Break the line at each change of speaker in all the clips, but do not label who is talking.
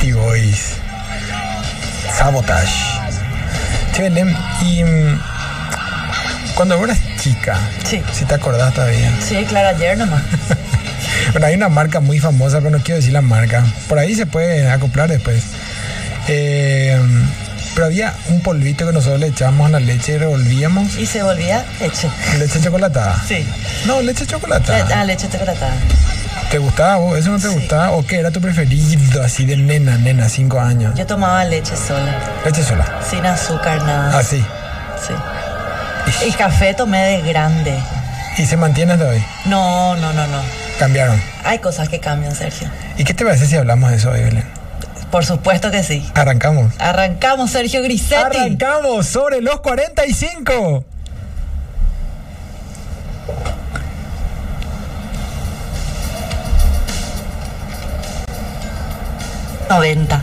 Beastie Boys, Sabotage, Che, Belén, y mm, cuando eras chica,
Sí.
si te acordás todavía,
Sí, claro, ayer nomás.
bueno, hay una marca muy famosa, pero no quiero decir la marca, por ahí se puede acoplar después, Eh, pero había un polvito que nosotros le echábamos a la leche y revolvíamos,
Y se volvía leche.
leche chocolatada.
Sí.
No, leche chocolatada.
Le- ah, leche chocolatada.
¿Te gustaba vos? ¿Eso no te
Sí.
gustaba? ¿O qué era tu preferido así de nena, nena, cinco años?
Yo tomaba leche sola,
Leche sola.
sin azúcar, nada.
Así.
Sí. Y café tomé de grande.
Y se mantiene hasta hoy.
No, no, no, no.
Cambiaron.
Hay cosas que cambian, Sergio.
¿Y qué te parece si hablamos de eso hoy, Belén?
Por supuesto que sí.
Arrancamos.
Arrancamos, Sergio Grisetti.
Arrancamos sobre los 45.
Noventa.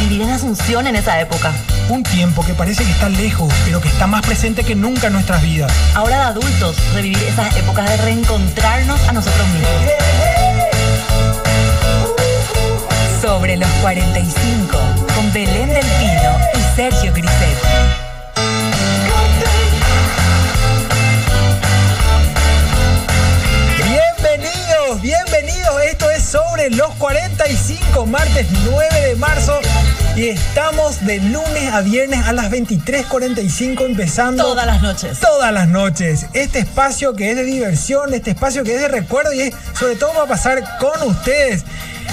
Vivir en Asunción en esa época.
Un tiempo que parece que está lejos, pero que está más presente que nunca en nuestras vidas.
Ahora de adultos, revivir esas épocas de reencontrarnos a nosotros mismos.
Sobre los 45, con Belén del Pino y Sergio Griset.
Bienvenidos, bienvenidos. Esto es sobre los 45, martes 9 de marzo. Y estamos de lunes a viernes a las 23.45 empezando.
Todas las noches.
Todas las noches, este espacio que es de diversión, este espacio que es de recuerdo y es sobre todo va a pasar con ustedes.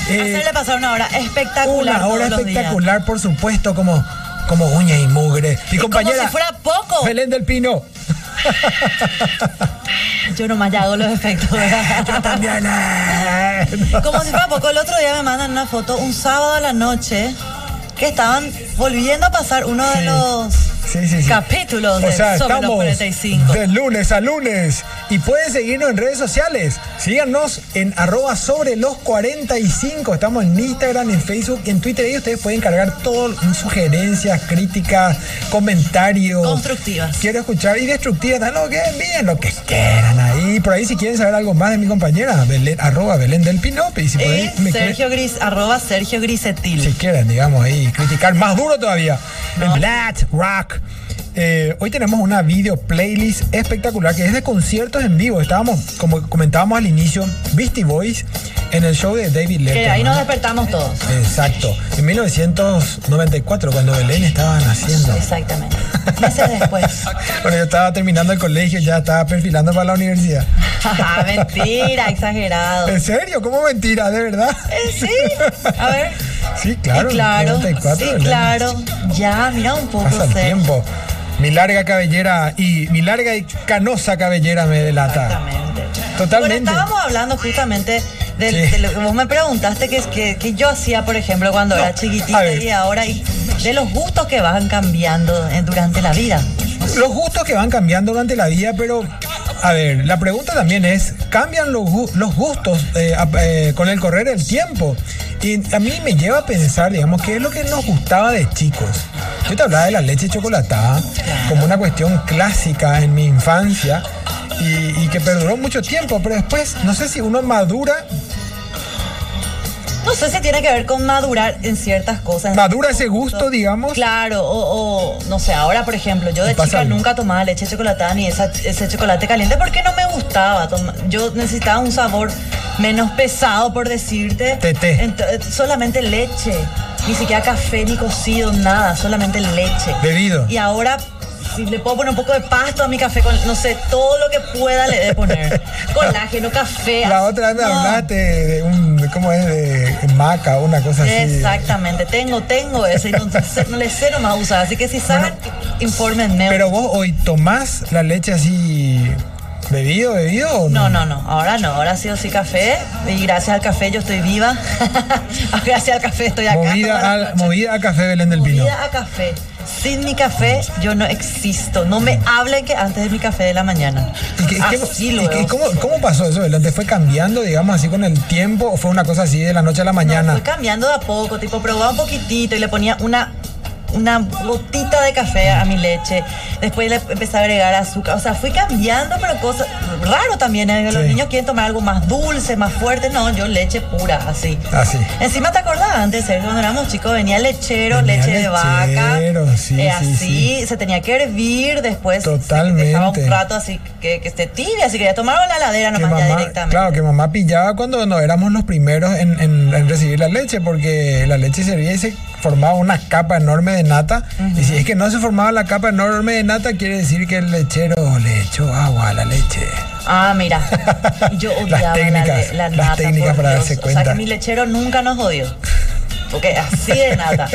Eh,
Hacerle pasar una hora espectacular.
una hora
todos los días.
espectacular, por supuesto, como, como uña y mugre. Mi compañera
Como si fuera poco.
Belén del Pino.
Yo nomás ya hago los efectos. ¿verdad?
También. eh.
Como si fuera poco, el otro día me mandan una foto un sábado a la noche que estaban volviendo a pasar uno de
Sí.
los
Sí, sí, sí.
capítulos
O
de
sea,
Sobre los
estamos
45.
de lunes a lunes. Y pueden seguirnos en redes sociales. Síganos en arroba sobre los 45. Estamos en Instagram, en Facebook, en Twitter. Y ustedes pueden cargar todo, sugerencias, críticas, comentarios.
Constructivas.
Quiero escuchar y destructivas. ah, Lo que envíen, lo que quieran ahí. Por ahí si quieren saber algo más de mi compañera, Belén, arroba Belén del Pinope. Y si, por
Y
ahí me quieren-
Eh, Sergio Gris, arroba Sergio Grisetil.
si quieren, digamos, ahí criticar más duro todavía. El Black Rock. Eh, hoy tenemos una video playlist espectacular que es de conciertos en vivo. Estábamos, como comentábamos al inicio, Beastie Boys en el show de David
Que ahí
Letterman.
nos despertamos todos.
Exacto. En 1994, cuando Belén estaban haciendo.
Exactamente. Meses después.
bueno, yo estaba terminando el colegio, ya estaba perfilando para la universidad.
Ajá, Mentira, exagerado.
¿En serio? ¿Cómo mentira? ¿De verdad?
Eh, Sí, a ver.
Sí, claro.
Y claro,
94,
sí,
Belén.
claro. Ya, mira un poco,
Pasa el
Sergio.
tiempo. Mi larga cabellera y mi larga y canosa cabellera me delata.
Exactamente.
Totalmente.
Bueno, estábamos hablando justamente del-
Sí.
de lo que vos me preguntaste que, es que, que yo hacía, por ejemplo, cuando era
a
chiquitita
ver.
y ahora, y de los gustos que van cambiando eh, durante la vida.
Los gustos que van cambiando durante la vida, pero a ver, la pregunta también es, ¿cambian los, gu- los gustos eh, a- eh, con el correr del tiempo? Y a mí me lleva a pensar, digamos, qué es lo que nos gustaba de chicos. Yo te hablaba de la leche chocolatada como una cuestión clásica en mi infancia y, y que perduró mucho tiempo, pero después, no sé si uno madura,
No sé si tiene que ver con madurar en ciertas cosas.
madura ese gusto, digamos.
Claro, o, o, no sé, ahora por ejemplo, yo de
Pasa
chica
algo.
nunca tomaba leche chocolatada ni esa- ese chocolate caliente porque no me gustaba. toma- yo necesitaba un sabor menos pesado, por decirte.
Teté.
Ento- eh, solamente leche, ni siquiera café ni cocido, nada, solamente leche.
Bebido.
Y ahora, si le puedo poner un poco de pasto a mi café, con, no sé, todo lo que pueda le de poner. Colágeno, café.
La
así-
otra vez me
no.
hablaste de un, de ¿cómo es? De maca, una cosa así.
Exactamente, tengo, tengo ese y no, sé- no le sé nomás usar, así que si saben, infórmenme.
Pero vos hoy tomás la leche así bebido, bebido o no?
No, no, no, ahora no, ahora sí o sí café y gracias al café yo estoy viva, gracias al café estoy acá.
Movida,
toda la
al-
noche.
movida a café Belén del Pino.
Movida a café. Sin mi café yo no existo, no me hablen que antes de mi café de la mañana.
¿Y, qué- qué-
Así lo
y qué-
veo.
cómo, cómo pasó eso, Belén? ¿Te fue cambiando, digamos, así con el tiempo o fue una cosa así de la noche a la
No,
mañana?
fue cambiando de a poco, tipo probaba un poquitito y le ponía una una gotita de café a mi leche. Después le empecé a agregar azúcar. O sea, fui cambiando, pero cosas. Raro también. ¿eh? Los
Sí.
niños quieren tomar algo más dulce, más fuerte. No, yo leche pura, así.
Así.
Encima te acordás antes, Sergio, cuando éramos chicos, venía lechero,
Venía
leche de vaca.
lechero, sí,
eh,
sí,
así,
sí.
se tenía que hervir después. se
Totalmente.
Dejaba un rato así que, que esté tibia, así que ya tomaron la heladera
Que
nomás ya
mamá-
directamente.
claro, que mamá pillaba cuando no éramos los primeros en, en- en recibir la leche, porque la leche servía y se formaba una capa enorme de nata. Y si es que no se formaba la capa enorme de nata, quiere decir que el lechero le echó agua a la leche.
Ah, mira. Y yo
Las
odiaba la
técnicas,
le- la
las
nata,
técnicas
por
para
Dios.
darse
O sea
cuenta.
que mi lechero nunca nos odió. Porque así de nata.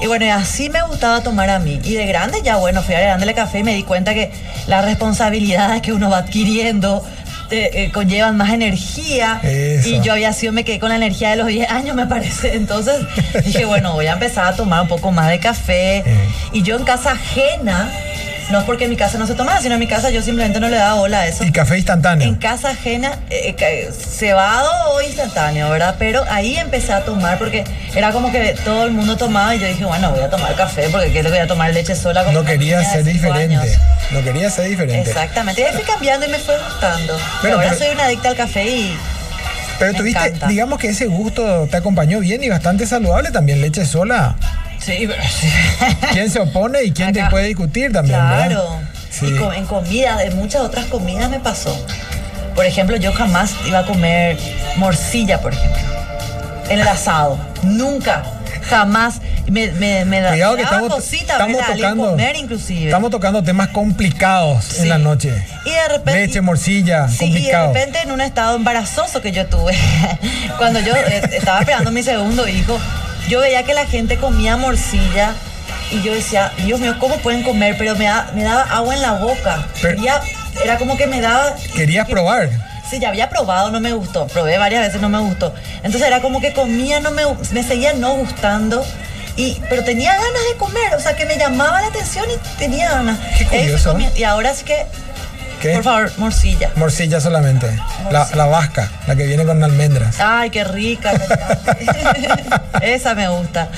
Y bueno, y así me gustaba tomar a mí. Y de grande ya, bueno, fui agregándole café y me di cuenta que las responsabilidades que uno va adquiriendo eh, eh, conllevan más energía.
Eso.
Y yo había sido, me quedé con la energía de los 10 años, me parece. Entonces dije, bueno, voy a empezar a tomar un poco más de café.
Eh.
Y yo en casa ajena, no es porque en mi casa no se tomaba, sino en mi casa yo simplemente no le daba bola a eso.
Y café instantáneo.
En casa ajena, eh, ca- cebado o instantáneo, ¿verdad? Pero ahí empecé a tomar porque era como que todo el mundo tomaba y yo dije, bueno, voy a tomar café porque ¿qué es lo que voy a tomar leche sola? como
No
una
quería
niña de
ser
cinco
diferente.
años?
No quería ser diferente.
Exactamente. Y ahí fui cambiando y me fue gustando. Y
Pero-
ahora
pero-
soy una adicta al café y
Pero
Me
tuviste,
encanta.
digamos que ese gusto te acompañó bien y bastante saludable también, leche sola.
sí, pero
¿Quién se opone y quién
Acá.
te puede discutir también? ¿verdad?
Claro.
Sí.
Y co- en comida, de muchas otras comidas me pasó. Por ejemplo, yo jamás iba a comer morcilla, por ejemplo. En el asado. Nunca. Jamás. Me, me, me da-
Cuidado
me
que
daba
estamos,
cosita
estamos
ver a alguien
tocando
comer inclusive.
estamos tocando temas complicados
Sí.
en la noche.
Y de repente.
Leche, morcilla,
Sí, y de
complicado.
repente en un estado embarazoso que yo tuve, cuando yo eh, estaba esperando mi segundo hijo, yo veía que la gente comía morcilla y yo decía, Dios mío, ¿cómo pueden comer? Pero me, da- me daba agua en la boca.
Pero-
Quería- era como que me daba...
Querías
que-
probar.
Sí, ya había probado, no me gustó. Probé varias veces, no me gustó. Entonces era como que comía, no me, gu- me seguía no gustando. Y, pero tenía ganas de comer, o sea que me llamaba la atención y tenía ganas.
Qué
Y ahí fui
curioso.
comiendo. Y ahora sí que,
¿Qué?
por favor, morcilla.
Morcilla solamente. La, la vasca, la que viene con almendras.
Ay, qué rica. me encanta. Esa me gusta.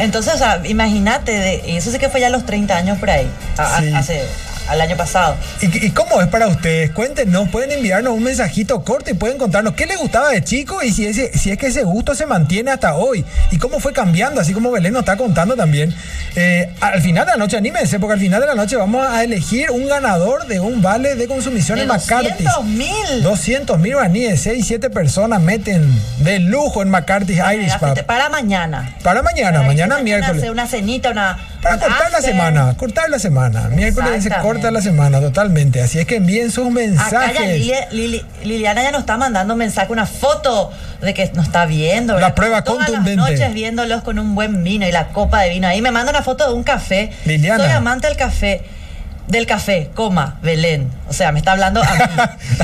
Entonces, o sea, imagínate, de- eso sí que fue ya a los 30 años por ahí, a- a-
Sí.
hace, al año pasado.
¿Y, y cómo es para ustedes? Cuéntenos, pueden enviarnos un mensajito corto y pueden contarnos qué les gustaba de chico y si, ese, si es que ese gusto se mantiene hasta hoy y cómo fue cambiando, así como Belén nos está contando también. Eh, al final de la noche, anímense, porque al final de la noche vamos a elegir un ganador de un vale de consumición
De
en McCarthy's.
200.000.
200 mil baníes, 6, 7 personas meten de lujo en McCarthy's Irish Pub.
Para mañana.
Para mañana,
Para
mañana
hacer
miércoles.
Una, una cenita, una.
Para
un
cortar la
after.
semana, cortar la semana. Miércoles se corta la
Exactamente.
semana totalmente. Así es que envíen sus
Acá ya este
mensajes.
Lili- Lili- Liliana ya nos está mandando un mensaje, una foto de que nos está viendo. ¿verdad?
La prueba
Todas
contundente.
Las noches viéndolos con un buen vino y la copa de vino. Ahí me manda una foto de un café.
Liliana.
Soy amante del café. Del café, coma, Belén. O sea, me está hablando a mí.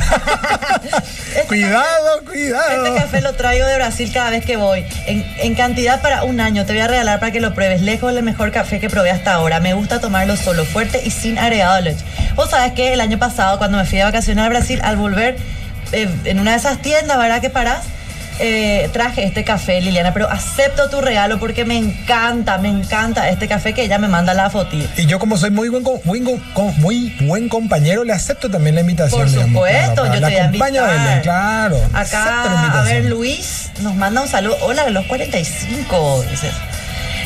Este
cuidado,
Este
cuidado.
café lo traigo de Brasil cada vez que voy. En, en cantidad para un año. Te voy a regalar para que lo pruebes. Lejos el mejor café que probé hasta ahora. Me gusta tomarlo solo, fuerte y sin agregado de leche. Vos sabés que el año pasado, cuando me fui de vacaciones a Brasil, al volver eh, en una de esas tiendas, ¿verdad? Que parás. eh, traje este café, Liliana, pero acepto tu regalo porque me encanta, me encanta este café que ella me manda la fotito.
Y yo como soy muy buen, co- muy, go- co- muy buen compañero, le acepto también la invitación.
Por
digamos,
supuesto,
claro,
yo
la
te voy a
acompaño
invitar.
Belén, claro. acepto la
Acá, a
invitación.
ver, Luis nos manda un saludo. Hola, los 45, dice.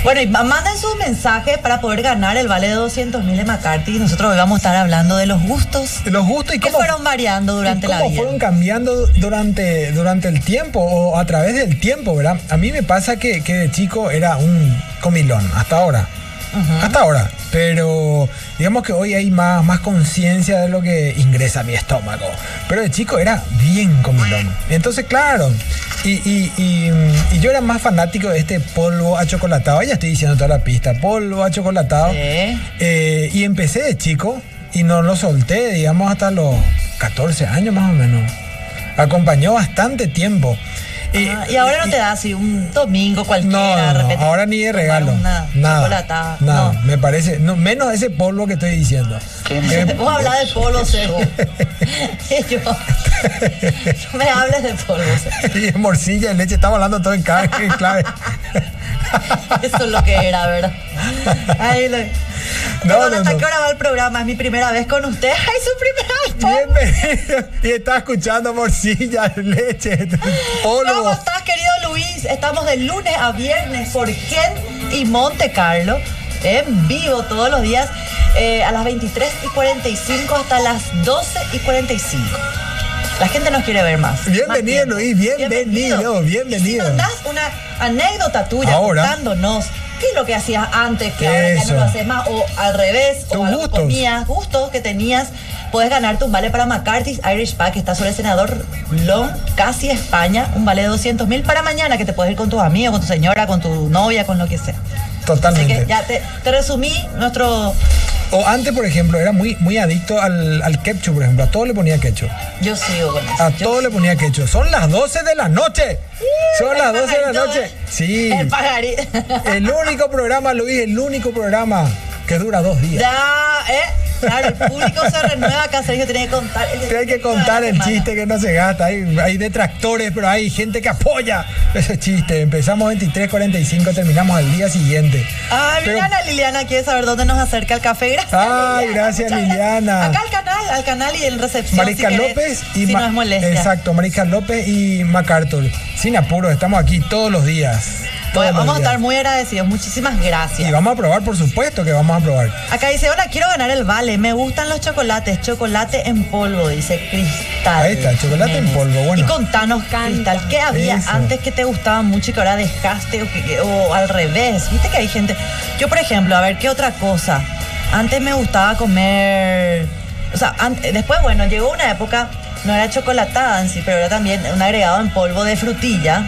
Bueno, y ma- manden sus mensajes para poder ganar el vale de 200 mil de McCarthy. Y nosotros hoy vamos a estar hablando de los gustos
Los gustos y
que
cómo,
fueron variando durante
y cómo
la vida.
fueron cambiando durante, durante el tiempo o a través del tiempo, ¿verdad? A mí me pasa que, que de chico era un comilón, hasta ahora. Hasta ahora. Pero digamos que hoy hay más, más conciencia de lo que ingresa a mi estómago. Pero de chico era bien comilón. Entonces, claro. Y, y- y, mm, y yo era más fanático de este polvo achocolatado. Ya estoy diciendo toda la pista. Polvo achocolatado.
Sí.
Eh, y empecé de chico y no lo solté, digamos, hasta los 14 años más o menos. Acompañó bastante tiempo. Y,
Ah, y ahora no te da así un domingo cualquiera.
no,
de
no,
repente,
ahora ni de
tomar
regalo.
una
nada,
chocolatada,
nada.
no.
Me parece, no, menos ese polvo que estoy diciendo. Eh, Que-
Vos hablas de polvo seco. Y yo, no me hables de polvo ¿eh? seco.
y morcilla y leche, estamos hablando todo en clave. en clave.
Eso es lo que era, ¿verdad? Ay, lo...
No,
Perdón,
no,
¿hasta
no.
qué hora va el programa? Es mi primera vez con usted. Ay, su primera vez. pues.
Bienvenido. Y está escuchando morcilla, leche,
¿Cómo
polvo.
estás, querido Luis? Estamos de lunes a viernes por Kent y Monte Carlo, en vivo todos los días, eh, a las 23 y 45 hasta las 12 y 45. La gente nos quiere ver más.
Bienvenido,
Más tiempo.
Luis, bienvenido, bienvenido.
Y Si nos das una anécdota tuya
Ahora.
contándonos qué es lo que hacías antes, que ahora ya no
Eso.
lo haces más, o al revés, o
Tus
algo que
gustos.
comías, gustos que tenías, puedes ganarte un vale para McCarthy's Irish Pack, que está sobre el senador Long, casi España, un vale de 200 mil para mañana, que te puedes ir con tus amigos, con tu señora, con tu novia, con lo que sea. Así que
Totalmente.
ya te, te resumí nuestro...
O antes, por ejemplo, era muy, muy adicto al, al ketchup, por ejemplo. A todo le ponía ketchup.
Yo sigo con eso.
A
Yo
todo le ponía ketchup. Son las 12 de la noche. Son las 12 de la
pajarito,
noche.
¿eh?
Sí.
El pajarito.
El único programa, Luis, el único programa que dura dos días.
ya, ¿eh? Claro, el público se renueva, acá Sergio tiene que contar. el-
Tiene que contar el
semana.
chiste que no se gasta. Hay, hay detractores, pero hay gente que apoya ese chiste. Empezamos 23.45, terminamos al día siguiente.
Ay,
Pero-
Liliana, Liliana quiere saber dónde nos acerca el café. Gracias.
Ay, gracias,
Muchas
Liliana.
Acá al canal, al canal y en recepción.
Marica
si querés,
López y
si
Ma-
no es molestia.
Exacto, Marica López y MacArthur. Sin apuro, estamos aquí todos los días. Todos
Bueno,
los
vamos a
días.
estar muy agradecidos. Muchísimas
Y
gracias.
vamos a probar, por supuesto que vamos a probar.
Acá dice, hola, quiero ganar el vale. Me gustan los chocolates. Chocolate en polvo, dice Cristal.
Ahí está, chocolate en
Jiménez.
polvo, bueno.
Y contanos, Cristal, ¿qué había
Eso.
antes que te gustaba mucho y que ahora dejaste o, que- o al revés? Viste que hay gente... Yo, por ejemplo, a ver, ¿qué otra cosa? Antes me gustaba comer... O sea, an- después, bueno, llegó una época, no era chocolatada en sí, pero era también un agregado en polvo de frutilla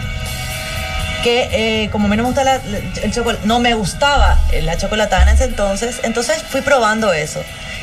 que eh, como a mí no me gusta la- la- el chocolate, no me gustaba la chocolatada en ese entonces, entonces fui probando eso.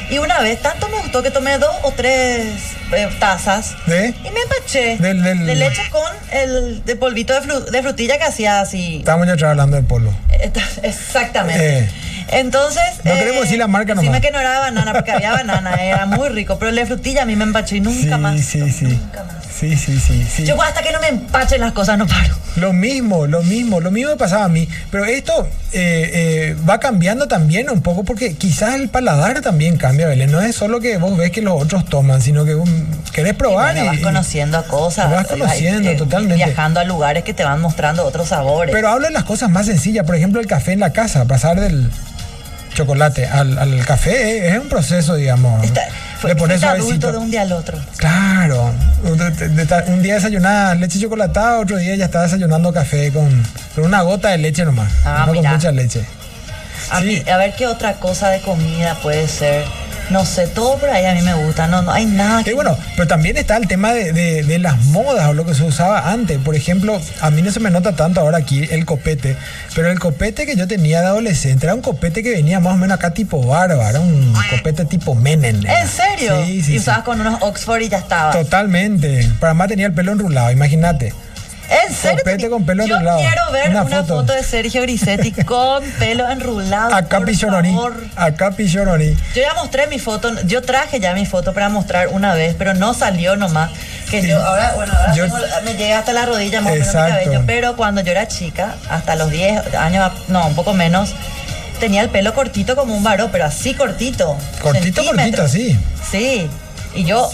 Y una vez tanto me gustó que tomé dos o tres eh, tazas
¿De?
y me empaché
Del- del-
de leche con el de polvito de, fru- de frutilla que hacía así.
Estamos ya hablando de polvo.
Esta- Exactamente.
Eh.
Entonces.
No queremos decir la marca nomás.
Dime que no era banana, porque había banana, era muy rico. Pero el de frutilla a mí me empaché y nunca
sí,
más.
sí, sí.
Nunca más.
Sí, sí, sí, sí.
Yo hasta que no me empachen las cosas no paro.
Lo mismo, lo mismo, lo mismo me pasaba a mí. Pero esto eh, eh, va cambiando también un poco porque quizás el paladar también cambia, Belén. No es solo que vos ves que los otros toman, sino que um, querés probar.
Bueno,
y-
vas
y-
conociendo a cosas.
Vas conociendo,
eh,
totalmente.
Viajando a lugares que te van mostrando otros sabores.
Pero hablo de las cosas más sencillas, por ejemplo, el café en la casa, pasar del chocolate al, al café eh, es un proceso, digamos.
Está- fue-
Le pones
fuiste
suavecito.
adulto de un día al otro.
Claro, un, de- de- de- un día desayunás leche chocolatada, otro día ya estás desayunando café con, con una gota de leche nomás,
Ah,
no con
mirá.
mucha leche.
A,
Sí.
mí- a ver qué otra cosa de comida puede ser. No sé, todo por ahí a mí me gusta. No, no hay nada
Y
que.
bueno, pero también está el tema de, de- de las modas o lo que se usaba antes. Por ejemplo, a mí no se me nota tanto ahora aquí el copete, pero el copete que yo tenía de adolescente era un copete que venía más o menos acá tipo barba, era un copete tipo menen. era.
¿En serio?
Sí, sí,
y
sí.
usabas con unos Oxford y ya estaba.
Totalmente. Para más tenía el pelo enrulado, imagínate.
¿En serio?
Copete con pelo
Yo
enrulado.
quiero ver una,
Una
foto.
foto.
de Sergio Grisetti con pelo enrulado.
Acá
por
pichoroni.
favor.
Acá pichoroni.
Yo ya mostré mi foto, yo traje ya mi foto para mostrar una vez, pero no salió nomás. Que yo ahora, bueno, ahora
Yo-
tengo- me llega hasta la rodilla más o menos mi
Exacto.
cabello, pero cuando yo era chica, hasta los 10 años, no, un poco menos, tenía el pelo cortito como un varón, pero así cortito.
Cortito, cortito,
centímetros.
así.
Sí, y yo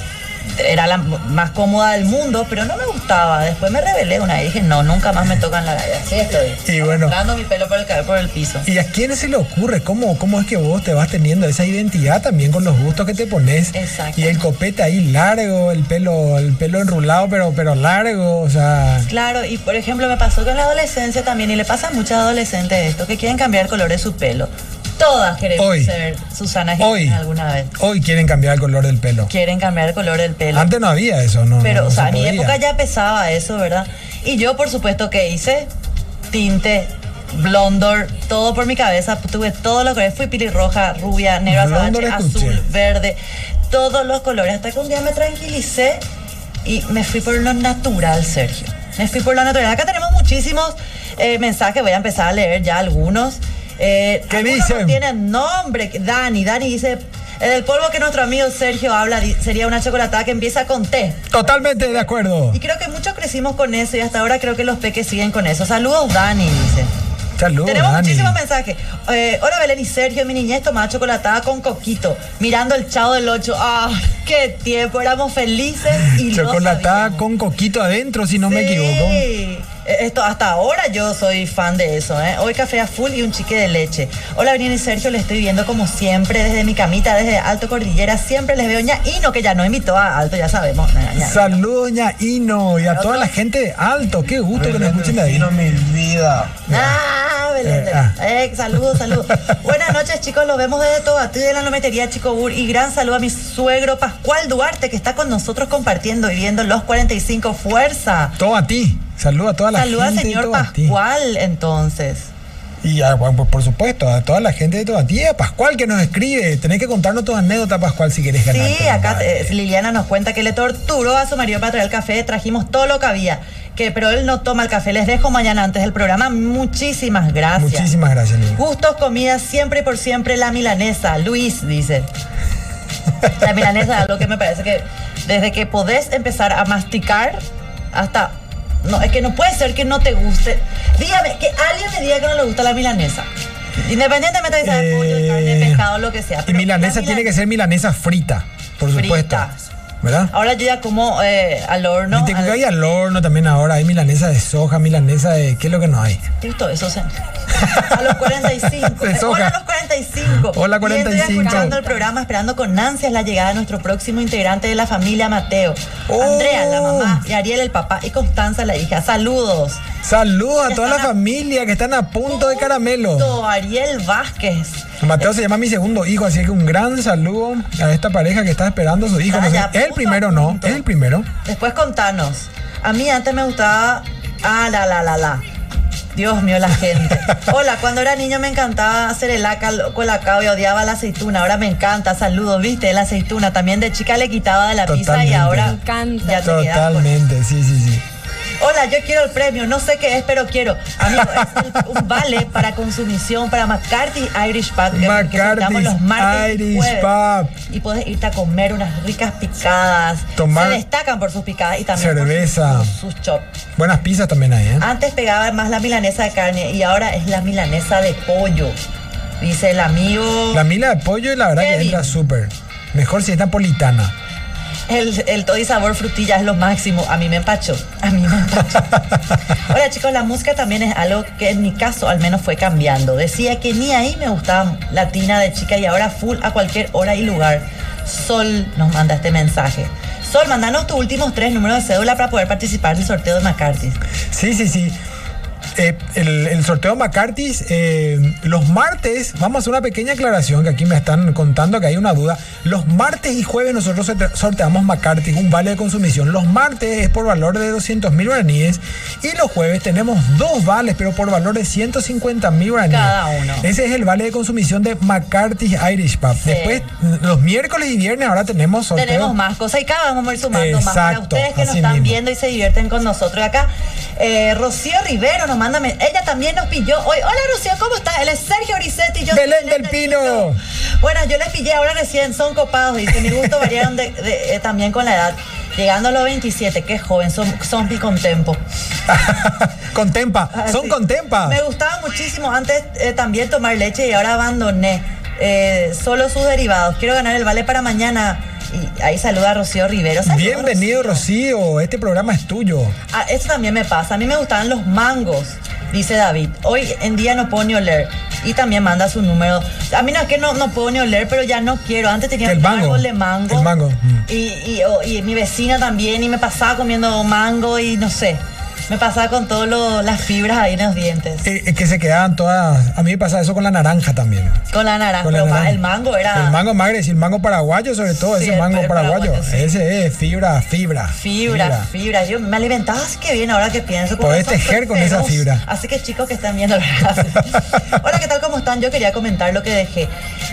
era la más cómoda del mundo, pero no me gustaba. Después me rebelé una vez y dije, no, nunca más me tocan la cabeza. Así estoy.
Y bueno.
arrastrando mi pelo por el, ca- por el piso.
¿Y a quién se le ocurre? ¿Cómo, ¿Cómo es que vos te vas teniendo esa identidad también con los gustos que te pones?
Exacto.
Y el copete ahí largo, el pelo, el pelo enrulado, pero, pero largo, o sea.
Claro, y por ejemplo me pasó con la adolescencia también, y le pasa a muchas adolescentes esto, que quieren cambiar el color de su pelo. Todas queremos
Hoy.
ser Susana
Hoy.
Jiménez alguna vez.
Hoy quieren cambiar el color del pelo.
Quieren cambiar el color del pelo.
Antes no había eso, ¿no?
Pero,
no
o
se
sea, en mi
podía.
época ya pesaba eso, ¿verdad? Y yo, por supuesto, que hice tinte, blondor, todo por mi cabeza. Tuve todos los colores. Fui pelirroja, rubia, negra,
Blondor
azabache,
escuché.
azul, verde. Todos los colores. Hasta que un día me tranquilicé y me fui por lo natural, Sergio. Me fui por lo natural. Acá tenemos muchísimos eh, mensajes. Voy a empezar a leer ya algunos. Eh,
¿Qué
algunos no
dicen?
tienen nombre. Dani, Dani dice... El polvo que nuestro amigo Sergio habla di- sería una chocolatada que empieza con té.
Totalmente de acuerdo.
Y creo que muchos crecimos con eso y hasta ahora creo que los peques siguen con eso. Saludos, Dani, dice.
Salud,
Tenemos
Dani.
muchísimos mensajes. Eh, hola Belén y Sergio, mi niñez tomaba chocolatada con coquito, mirando el chavo del 8. ¡Ah! ¡Qué tiempo! Éramos felices y no
Chocolatada
sabíamos.
con coquito adentro, si no me
Sí.
equivoco.
Eh, Esto, hasta ahora yo soy fan de eso, ¿eh? Hoy café a full y un chique de leche. Hola, Brian y Sergio, les estoy viendo como siempre desde mi camita, desde Alto Cordillera. Siempre les veo ñaíno, que ya no invitó a Alto, ya sabemos. Ña,
Pues
ña.
Saludos, Ñaino, y a toda la gente de Alto. Qué gusto que nos escuchen de ahí.
Vino mi vida.
Ah, Belén.
Eh, ah.
Eh, saludos, saludos. Buenas noches, chicos. Los vemos desde Tobatí de la Lometería Chico Bur. Y gran saludo a mi suegro Pascual Duarte, que está con nosotros compartiendo y viendo los 45 Fuerza.
Todo a ti. Saludos a toda la
Saluda al
gente de
señor
Tobatí.
Pascual, entonces.
Y a- bueno, por, por supuesto, a toda la gente de Tobatí, a Pascual que nos escribe. Tenés que contarnos tus anécdotas, Pascual, si querés ganar.
Sí,
pero,
acá
madre.
eh, Liliana nos cuenta que le torturó a su marido para traer el café, trajimos todo lo que había, que pero él no toma el café. Les dejo mañana antes del programa. Muchísimas gracias.
Muchísimas gracias, Lili.
Gustos, comidas, siempre y por siempre la milanesa. Luis dice. La milanesa es algo que me parece que desde que podés empezar a masticar hasta. No, es que no puede ser que no te guste. Dígame, que alguien me diga que no le gusta la milanesa. Independientemente de si sea de pollo, de carne, de
Eh,
pescado, lo que sea.
Y
pero
milanesa
la
tiene que ser milanesa frita, por
Frita.
supuesto. ¿Verdad?
Ahora yo ya como eh, al horno.
y te
al-
hay al horno también ahora. Hay milanesa de soja, milanesa de. ¿Qué es lo que no hay?
Justo eso se. A los 45.
Se
Eh,
soja.
Hola a los 45.
Hola,
Viendo y
45.
escuchando el programa, esperando con ansias la llegada de nuestro próximo integrante de la familia Mateo.
Oh.
Andrea, la mamá, y Ariel, el papá, y Constanza, la hija. Saludos.
Saludos a
Ya
toda la
están a-
familia que están a punto de caramelo.
Todo, Ariel Vázquez.
Mateo se llama mi segundo hijo, así que un gran saludo a esta pareja que está esperando a su hijo.
Está
No sé,
Ah, ya
es el
punto a
primero, no.
punto.
Es el primero.
Después contanos. A mí antes me gustaba. Ah, la, la, la, la. Dios mío, la gente. Hola, cuando era niño me encantaba hacer el acal con la y odiaba la aceituna. Ahora me encanta. Saludos, viste, la aceituna. También de chica le quitaba de la pizza y
Totalmente.
ahora.
Me
encanta.
Ya te quedas pues. con-
Totalmente, sí, sí, sí.
Hola, yo quiero el premio. No sé qué es, pero quiero. Amigo, es el- un vale para consumición para McCarthy Irish Pub. que- que celebramos los
McCarthy's
martes y
Irish
jueves.
Pub.
Y puedes irte a comer unas ricas picadas.
Tomar
Se destacan por sus picadas y también
cerveza.
por sus, sus chops.
Buenas pizzas también hay, ¿eh?
Antes pegaba más la milanesa de carne y ahora es la milanesa de pollo. Dice el amigo.
La mila de pollo, la verdad que
Kevin.
entra súper. Mejor si es napolitana.
El, el todo y sabor frutilla es lo máximo. A mí me empachó. A mí me empachó. Ahora, chicos, la música también es algo que en mi caso al menos fue cambiando. Decía que ni ahí me gustaba latina de chica y ahora full a cualquier hora y lugar. Sol nos manda este mensaje. Sol, mandanos tus últimos tres números de cédula para poder participar del sorteo de McCarthy.
Sí, sí, sí. Eh, el, el sorteo McCarthy's, eh, los martes, vamos a hacer una pequeña aclaración que aquí me están contando que hay una duda. Los martes y jueves nosotros sorte- sorteamos McCarthy's, un vale de consumición. Los martes es por valor de 200 mil guaraníes y los jueves tenemos dos vales, pero por valor de 150 mil guaraníes.
Cada uno.
Ese es el vale de consumición de McCarthy's Irish Pub.
Sí.
Después, los miércoles y viernes ahora tenemos sorteo.
Tenemos más cosas y cada vez vamos a ir sumando más para
Exacto,
ustedes que nos
así
están
mismo.
viendo y se divierten con nosotros acá. Eh, Rocío Rivero nos manda, men- ella también nos pilló hoy. Hola Rocío, ¿cómo estás? Él es Sergio Grisetti. Yo soy
Belén del Pino.
Bueno, yo les pillé ahora recién, son copados. Dice, mi gusto variaron de- de- eh, también con la edad. Llegando a los 27, qué joven, son zombie con tempo.
contempa,
Ah,
son
sí.
contempa.
Me gustaba muchísimo antes eh, también tomar leche y ahora abandoné eh, solo sus derivados. Quiero ganar el vale para mañana. Y ahí saluda a Rocío Rivero. Saludos,
Bienvenido, Rocío. Este programa es tuyo.
Ah, eso también me pasa. A mí me gustaban los mangos, dice David. Hoy en día no puedo ni oler. Y también manda su número. A mí no es que no, no puedo ni oler, pero ya no quiero. Antes tenía
Que el
un
mango,
árbol de mango.
el mango, mm.
Y, y- o- y mi vecina también, y me pasaba comiendo mango y no sé. Me pasaba con todas las fibras ahí en los dientes.
Eh, eh, que se quedaban todas. A mí me pasa eso con la naranja también.
Con la naranja,
Con la
Ah, pero ma-
naranja.
el mango era
El mango magre, sí, el mango paraguayo, sobre todo,
Sí,
ese
el-
mango
el
paraguayo.
paraguayo, sí.
Ese es fibra, fibra.
fibra, fibra, Yo me alimentaba así que bien ahora que pienso. como
Podés
soy
tejer con esa fibra.
Así que chicos que están viendo Hola, ¿qué tal? ¿Cómo están? Yo quería comentar lo que dejé.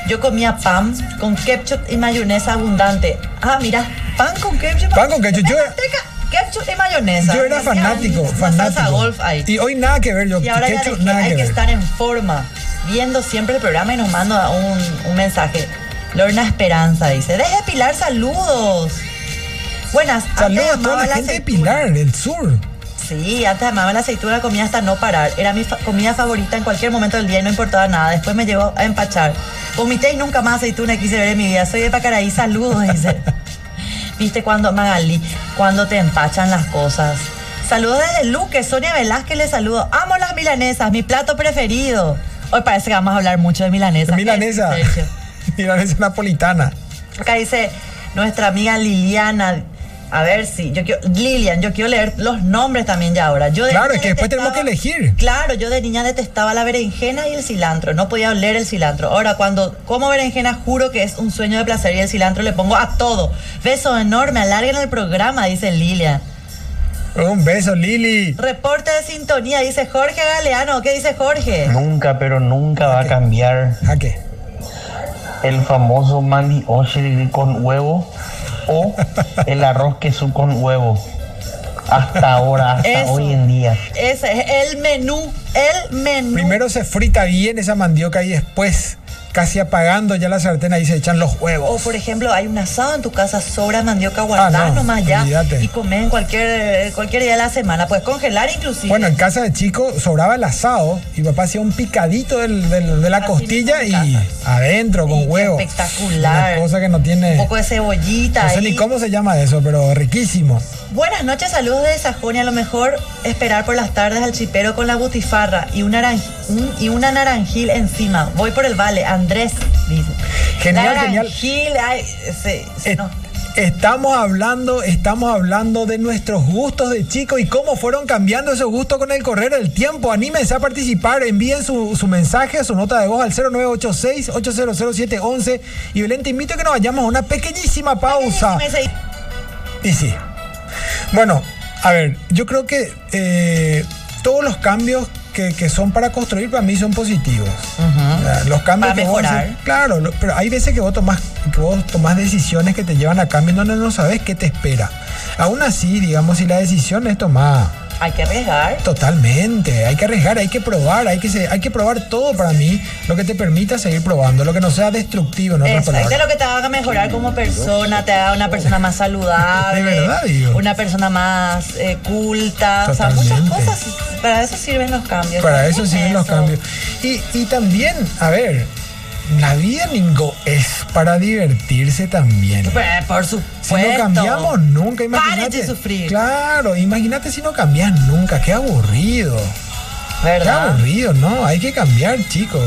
Yo comía pan con ketchup y mayonesa abundante. Ah, mira, pan con ketchup.
Pan con ketchup. Yo-
Manteca, ketchup y mayonesa.
Yo era
Me hacía
fanático,
una Salsa
fanático.
golf ahí.
Y hoy nada que ver, yo
Y ahora ya
ketchup,
dejé,
nada
hay
que
que
ver.
estar en forma, viendo siempre el programa y nos manda un, un mensaje. Lorna Esperanza dice, deje Pilar, saludos. Buenos. Buenas. antes
Saludos a toda
amaba
la gente de
aceituna.
Pilar, del sur.
Sí, antes amaba la aceituna, comía hasta no parar. Era mi fa- comida favorita en cualquier momento del día y no importaba nada. Después me llevó a empachar. Vomité y nunca más aceituna quise ver en mi vida. Soy de Pacaraí, saludos, dice. Viste cuando, Magali, cuando te empachan las cosas. Saludos desde Luque, Sonia Velázquez le saludo. Amo las milanesas, mi plato preferido. Hoy parece que vamos a hablar mucho de milanesas.
Milanesa.
Sergio.
Milanesa napolitana.
Acá dice nuestra amiga Liliana. A ver si, yo quiero, Lilian, yo quiero leer los nombres también ya ahora. Yo de
Claro,
niña
es que después tenemos que elegir.
Claro, yo de niña detestaba la berenjena y el cilantro, no podía oler el cilantro. Ahora cuando como berenjena juro que es un sueño de placer y el cilantro le pongo a todo. Beso enorme, alarguen el programa, dice Lilian.
Un beso, Lili.
Reporte de sintonía, dice Jorge Galeano. ¿Qué dice Jorge?
Nunca, pero nunca va a cambiar
¿A qué?
el famoso Mandy Oshiri con huevo o el arroz queso con huevo. Hasta ahora, hasta
Eso.
hoy en día.
Ese es el menú, el menú.
Primero se frita bien esa mandioca y después, casi apagando ya la sartén, ahí se echan los
O
huevos.
por ejemplo, hay un asado en tu casa, sobra mandioca guardada
Ah, no,
nomás ya
olvídate.
y comer en cualquier, cualquier día de la semana. Puedes congelar inclusive.
Bueno, en casa de chico sobraba el asado y papá hacía un picadito del- del- de la
Así
costilla
mismo en
y adentro
Sí,
con
qué
huevo.
espectacular.
Una cosa que no
un
tiene.
poco de cebollita.
No sé
ahí.
ni cómo se llama eso, pero riquísimo.
Buenas noches, saludos de Sajonia. A lo mejor esperar por las tardes al chipero con la butifarra y una, naranj- un- y una naranjil encima. Voy por el vale, Andrés dice.
Genial, genial. Eh,
naranjil, ay, se- se
Es-
nos-
Estamos hablando, estamos hablando de nuestros gustos de chicos y cómo fueron cambiando esos gustos con el correr del tiempo. Anímense a participar, envíen su, su mensaje, su nota de voz al 0986-800711. Y Belén, te invito a que nos vayamos a una pequeñísima pausa.
me se-
Y sí. Bueno, a ver, yo creo que eh, todos los cambios que, que son para construir para mí son positivos. O sea, Los cambios
Para
que vos
mejorar.
haces- claro, lo- pero hay veces que vos tomás, que vos tomás decisiones que te llevan a cambios donde no sabes qué te espera. Aún así, digamos, si la decisión es tomada
Hay que arriesgar.
Totalmente, hay que arriesgar, hay que probar, hay que, se- hay que probar todo para mí, lo que te permita seguir probando, lo que no sea destructivo en otras
Exacto, es
palabras.
lo que te haga mejorar como persona, te haga una persona más
De
saludable,
verdad, digo.
una persona más eh, culta, o sea,
Totalmente.
muchas cosas. Para eso sirven los cambios.
Para
¿no?
eso sirven los
Eso.
cambios. Y, y también, a ver, la vida, Ningo, es para divertirse también.
Pues, por
Si
supuesto.
no cambiamos nunca,
Paren
imagínate.
de sufrir.
Claro, imagínate si no cambias nunca, qué aburrido. Qué
¿Verdad?
aburrido, no, hay que cambiar, chicos.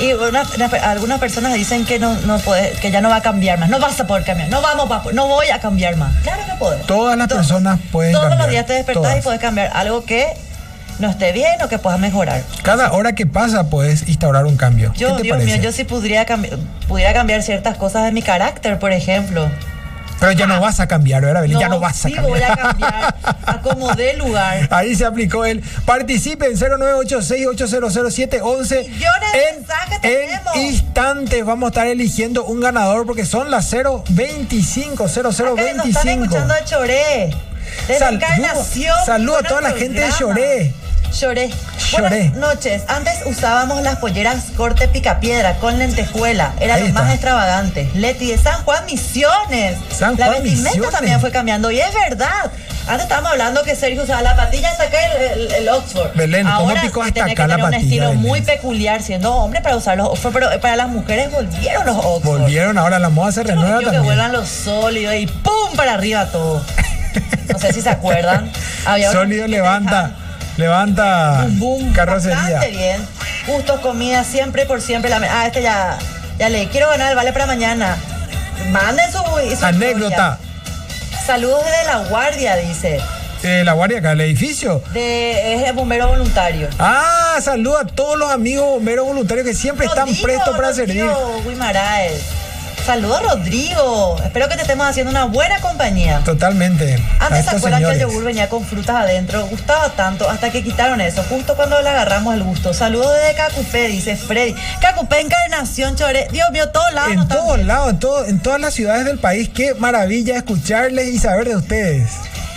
Y una- una- algunas personas dicen que no, no puede- que ya no va a cambiar más, no vas a poder cambiar, no vamos, a- no voy a cambiar más. Claro que puedes.
Todas las
Todos.
personas pueden
Todos
cambiar,
los días te despertás y
todas.
puedes cambiar algo que no esté bien o que puedas mejorar.
Cada hora que pasa puedes instaurar un cambio.
Yo,
¿Qué te
Dios
parece?
mío, yo sí pudiera, cambi- pudiera cambiar ciertas cosas de mi carácter, por ejemplo.
Pero ya no vas a cambiar, ¿verdad, Belén? ya no vas a
Ah. sí
cambiar.
voy a cambiar, acomodé lugar.
Ahí se aplicó el participe en 0986-800711.
Millones de mensajes tenemos.
en, en instantes vamos a estar eligiendo un ganador porque son las 025
Acá nos están
0025.
escuchando a Choré. Desde
Saludo-
Encarnación.
saludo a
buena
toda la gente de
programa.
Choré.
Choré.
Choré.
Buenas noches. Antes usábamos las polleras corte picapiedra con lentejuela. Era
Ahí
lo más
está.
extravagante. Leti de San Juan Misiones.
San
la
Juan
vestimenta
Misiones.
también fue cambiando. Y es verdad. Antes estábamos hablando que Sergio usaba la patilla hasta acá el, el- el Oxford.
Belén, ¿cómo
Ahora
picó
sí
hasta
tenés
acá
que
la
tener un
patilla,
estilo
Belén?
muy peculiar siendo hombre para usar los Oxford, pero para las mujeres volvieron los Oxford.
Volvieron ahora la moda se
Yo no
renueva
quiero que
también.
vuelvan los sólidos y ¡pum! para arriba todo. No sé si se acuerdan. Había
Sólido
unos que
levanta, Ah, levanta
dejaban Boom, boom,
carrocería.
Bastante bien. Gustos, comida, siempre por siempre. La, ah, este ya, ya le quiero ganar el vale para mañana. Manden su, su
Anécdota.
historia. Saludos desde La Guardia, dice.
Eh, la guardia acá, el edificio.
De, es el bombero voluntario.
Ah, saluda a todos los amigos bomberos voluntarios que siempre están
Rodrigo,
prestos para servir.
Rodrigo Guimaraes. Saludos, Rodrigo. Espero que te estemos haciendo una buena compañía.
Totalmente. a
Antes se
estos
acuerdan que el
señores.
yogur venía con frutas adentro, gustaba tanto hasta que quitaron eso, justo cuando le agarramos el gusto. Saludos desde Cacupé, dice Freddy. Cacupé, Encarnación, Chore. Dios mío, todos lados. nos
En
están
todos lados, en, todo- en todas las ciudades del país. Qué maravilla escucharles y saber de ustedes.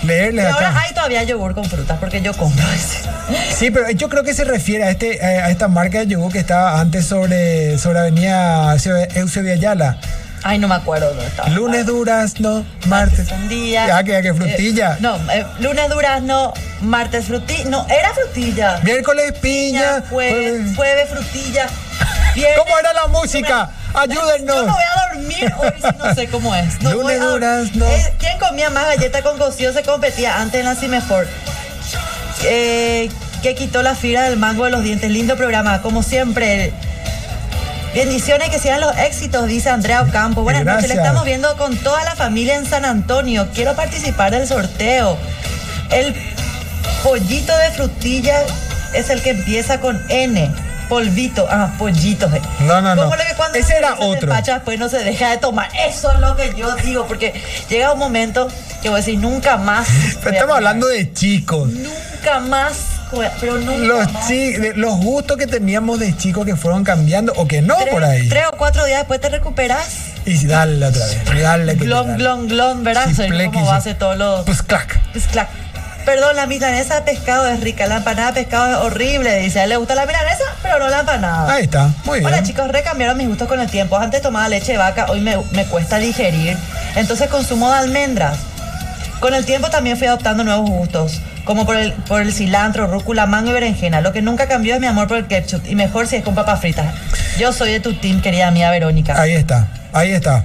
Leerles
Pero ahora
acá.
hay todavía yogur con frutas porque yo compro ese.
Sí, pero yo creo que se refiere a este eh, a esta marca de yogur que estaba antes sobre, sobre Avenida Eusebio Ayala.
Ay, no me acuerdo dónde estaba.
Lunes durazno, martes.
Sandía.
Ya, que, que frutilla.
Eh, no, eh, lunes durazno, martes frutilla. No, era frutilla.
Miércoles piña.
Jueves,
jueves-
jueves frutilla.
¿Cómo era la música? Ayúdennos.
Yo no voy a dormir hoy si no sé cómo es. No
Lunes
voy a-
durazno.
Eh, ¿Quién comía más galleta con cocido se competía antes en la Cimefor? Eh, que quitó la fibra del mango de los dientes. Lindo programa, como siempre. Bendiciones que sean los éxitos, dice Andrea Ocampo. Buenas noches, le
Gracias.
estamos viendo con toda la familia en San Antonio. Quiero participar del sorteo. El pollito de frutilla es el que empieza con N. Polvito, ah, pollitos. eh.
No, no, no.
Como lo que cuando
Ese era
se te
otro.
empacha, después no se deja de tomar. Eso es lo que yo digo, porque llega un momento que voy a decir nunca más. voy a
Estamos
tomar.
hablando de chicos.
Nunca más, voy a- pero nunca
Los,
más.
chi- de- los gustos que teníamos de chicos que fueron cambiando o que no
Tres-
por ahí.
Tres o cuatro días después te recuperas.
Y dale otra vez. Dale que te
Glon,
dale.
glon, glon, ¿verdad?
Sí,
Soy yo
plequi,
como
sí.
hace todos los.
Pues clac.
Pues, clac. Perdón, la milanesa de pescado es rica, la empanada de pescado es horrible, dice. A él le gusta la milanesa, pero no la empanada.
Ahí está. Muy bien.
Hola chicos, recambiaron mis gustos con el tiempo. Antes tomaba leche de vaca, hoy me, me cuesta digerir. Entonces consumo de almendras. Con el tiempo también fui adoptando nuevos gustos, como por el, por el cilantro, rúcula, mango y berenjena. Lo que nunca cambió es mi amor por el ketchup, y mejor si es con papas fritas. Yo soy de tu team, querida mía Verónica.
Ahí está. Ahí está.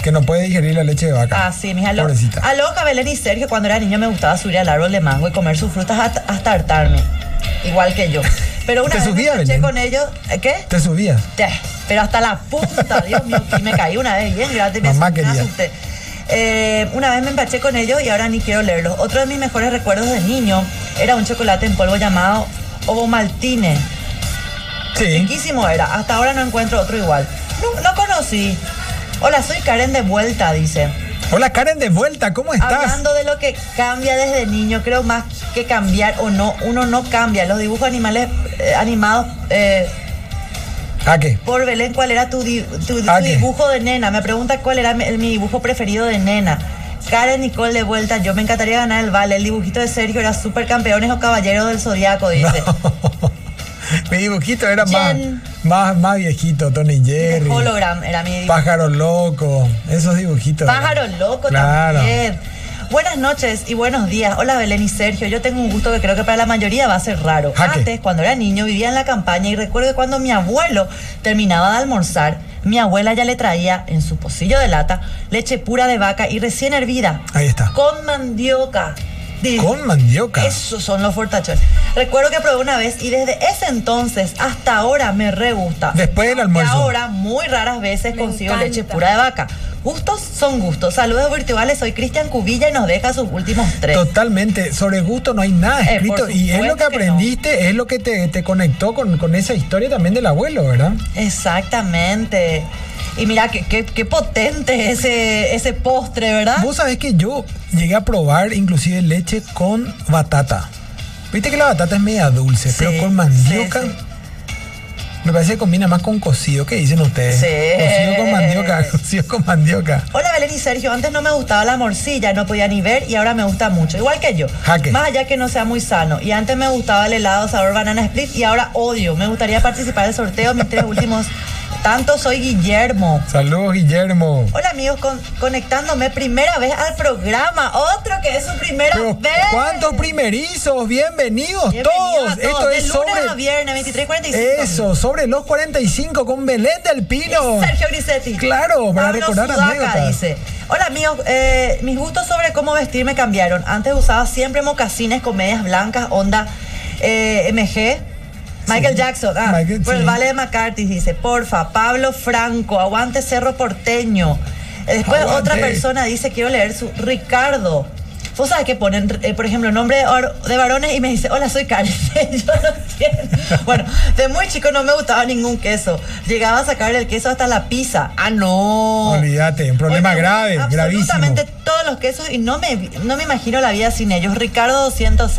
Que no puede digerir la leche de vaca.
Ah, sí, mis alo
Pobrecita.
aloca, Belén y Sergio, cuando era niño me gustaba subir al árbol de mango y comer sus frutas hasta, hasta hartarme. Igual que yo. Pero una
Te
vez me
subía,
enganché
Belén.
con ellos. ¿eh, ¿Qué?
Te subías.
Te- Pero hasta la punta, Dios mío, y me caí una vez bien grande. y Me
Mamá
asusté,
quería.
me asusté. Eh, una vez me empaché con ellos y ahora ni quiero leerlos. Otro de mis mejores recuerdos de niño era un chocolate en polvo llamado Ovo Maltine.
Sí.
Riquísimo era. Hasta ahora no encuentro otro igual. No, no conocí. Hola, soy Karen de vuelta, dice.
Hola Karen de vuelta. ¿Cómo estás?
Hablando de lo que cambia desde niño, creo más que cambiar o no, uno no cambia. Los dibujos animales eh, animados eh,
¿A qué?
por Belén, ¿cuál era tu, di- tu- tu
Ah, ¿qué?
dibujo de nena? Me pregunta cuál era mi, mi dibujo preferido de nena. Karen Nicole de vuelta, yo me encantaría ganar el vale. El dibujito de Sergio era super campeones o caballeros del zodiaco, dice.
Mi dibujito era más,
Jen.
más, más viejito, Tony
El
Jerry.
hologram era mi dibujo.
Pájaro loco. Esos dibujitos.
Pájaro loco
Claro.
también. Buenas noches y buenos días. Hola Belén y Sergio. Yo tengo un gusto que creo que para la mayoría va a ser raro.
Jaque.
Antes, cuando era niño, vivía en la campaña y recuerdo que cuando mi abuelo terminaba de almorzar, mi abuela ya le traía en su pocillo de lata leche pura de vaca y recién hervida.
Ahí está.
Con mandioca. Di-
Con mandioca.
esos son los fortachones. Recuerdo que probé una vez y desde ese entonces hasta ahora me re gusta.
Después del almuerzo.
Y ahora muy raras veces
Me
consigo
encanta.
leche pura de vaca. Gustos son gustos. Saludos virtuales, soy Cristian Cubilla y nos deja sus últimos tres.
Totalmente, sobre gusto no hay nada
Eh,
escrito
por
y es lo que
supuesto que
aprendiste, es lo que te, te conectó con, con esa historia también del abuelo, ¿verdad?
Exactamente. Y mira qué, qué- qué potente ese, ese postre, ¿verdad?
Vos sabés que yo llegué a probar inclusive leche con batata. Viste que la batata es media dulce,
Sí,
pero con mandioca
sí, sí.
me parece que combina más con cocido, ¿qué dicen ustedes?
Sí.
Cocido con mandioca, cocido con mandioca.
Hola Belén y Sergio, antes no me gustaba la morcilla, no podía ni ver y ahora me gusta mucho, igual que yo.
Jaque.
Más allá que no sea muy sano. Y antes me gustaba el helado sabor banana split y ahora odio. Me gustaría participar del sorteo, mis tres últimos. Tanto soy Guillermo.
Saludos Guillermo.
Hola amigos, con- conectándome primera vez al programa. Otro que es su primera
Pero,
vez.
¿Cuántos primerizos? Bienvenidos,
Bienvenido
todos.
a
Esto
de
es
lunes
sobre
a viernes, 23.45.
Eso, sobre los 45 con Belén del Pino.
Sergio Grisetti.
Claro, para
Pablo
recordar
Sudaca
anécdotas.
dice, hola amigos, eh, mis gustos sobre cómo vestir me cambiaron. Antes usaba siempre mocasines con medias blancas, onda eh, MG. Michael
Sí.
Jackson, ah,
Michael,
por
sí.
el vale de McCarthy, dice, porfa, Pablo Franco, aguante Cerro Porteño. Eh, Después
Aguante.
otra persona dice, quiero leer su Ricardo. Vos sabés que ponen, eh, por ejemplo, nombre de, or- de varones y me dice, hola, soy Karen. Yo no entiendo. Bueno, de muy chico no me gustaba ningún queso. Llegaba a sacar el queso hasta la pizza. Ah, no.
Olvídate, un problema
Hoy me
grave,
gustan
gravísimo.
Absolutamente todos los quesos y no me, vi- no me imagino la vida sin ellos. Ricardo 200,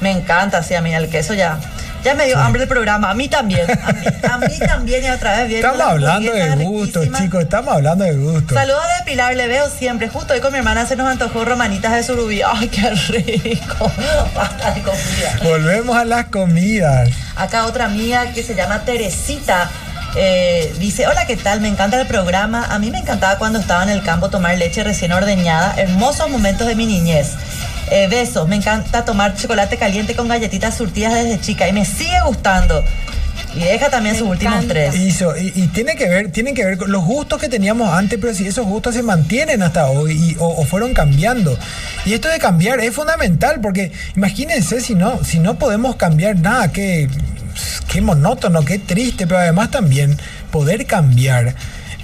me encanta, sí, a mí el queso ya. Ya me dio hambre el programa, a mí también. A mí, a mí también y otra vez viendo
Estamos
las
hablando de
hamburguesas
gustos,
riquísimas.
chicos, estamos hablando de gustos.
Saludos de Pilar, le veo siempre. Justo hoy con mi hermana se nos antojó romanitas de surubí. Ay, qué rico. Basta de comida.
Volvemos a las comidas.
Acá otra amiga que se llama Teresita eh, dice, hola, ¿qué tal? Me encanta el programa. A mí me encantaba cuando estaba en el campo tomar leche recién ordeñada. Hermosos momentos de mi niñez. Eh, besos, me encanta tomar chocolate caliente con galletitas surtidas desde chica y me sigue gustando. Y deja también
Me
sus últimos
encanta.
tres.
Hizo, y, y tiene que ver, tienen que ver con los gustos que teníamos antes, pero si esos gustos se mantienen hasta hoy y- o, o fueron cambiando. Y esto de cambiar es fundamental, porque imagínense si no, si no podemos cambiar nada, qué, qué monótono, qué triste, pero además también poder cambiar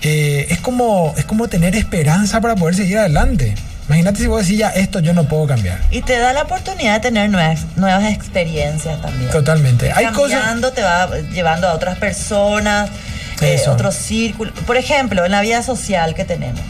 eh, es como, es como tener esperanza para poder seguir adelante. Imagínate si vos decís ya esto yo no puedo cambiar.
Y te da la oportunidad de tener nuevas, nuevas experiencias también.
Totalmente. Hay cosas.
cambiando, te va llevando a otras personas, eh,
Eso.
otros círculos. Por ejemplo, en la vida social que tenemos.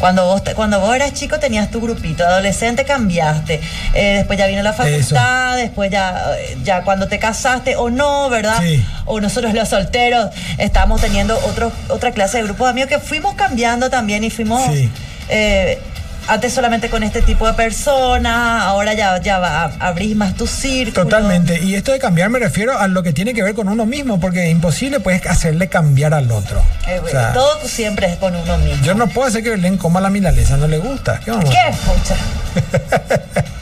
Cuando vos, te- cuando vos eras chico tenías tu grupito, adolescente cambiaste, eh, después ya vino la facultad, después ya, eh, ya cuando te casaste o no, ¿verdad?
Sí.
O nosotros los solteros estamos teniendo otro, otra clase de grupos de amigos que fuimos cambiando también y fuimos...
Sí.
eh, antes solamente con este tipo de personas, ahora ya, ya va, abrís más tu círculo.
Totalmente. Y esto de cambiar me refiero a lo que tiene que ver con uno mismo, porque es imposible puedes hacerle cambiar al otro.
Eh,
O sea,
todo siempre es con uno mismo.
yo no puedo hacer que Belén coma la milanesa, no le gusta. ¿Qué vamos a
¿Qué?
hacer?
Pucha.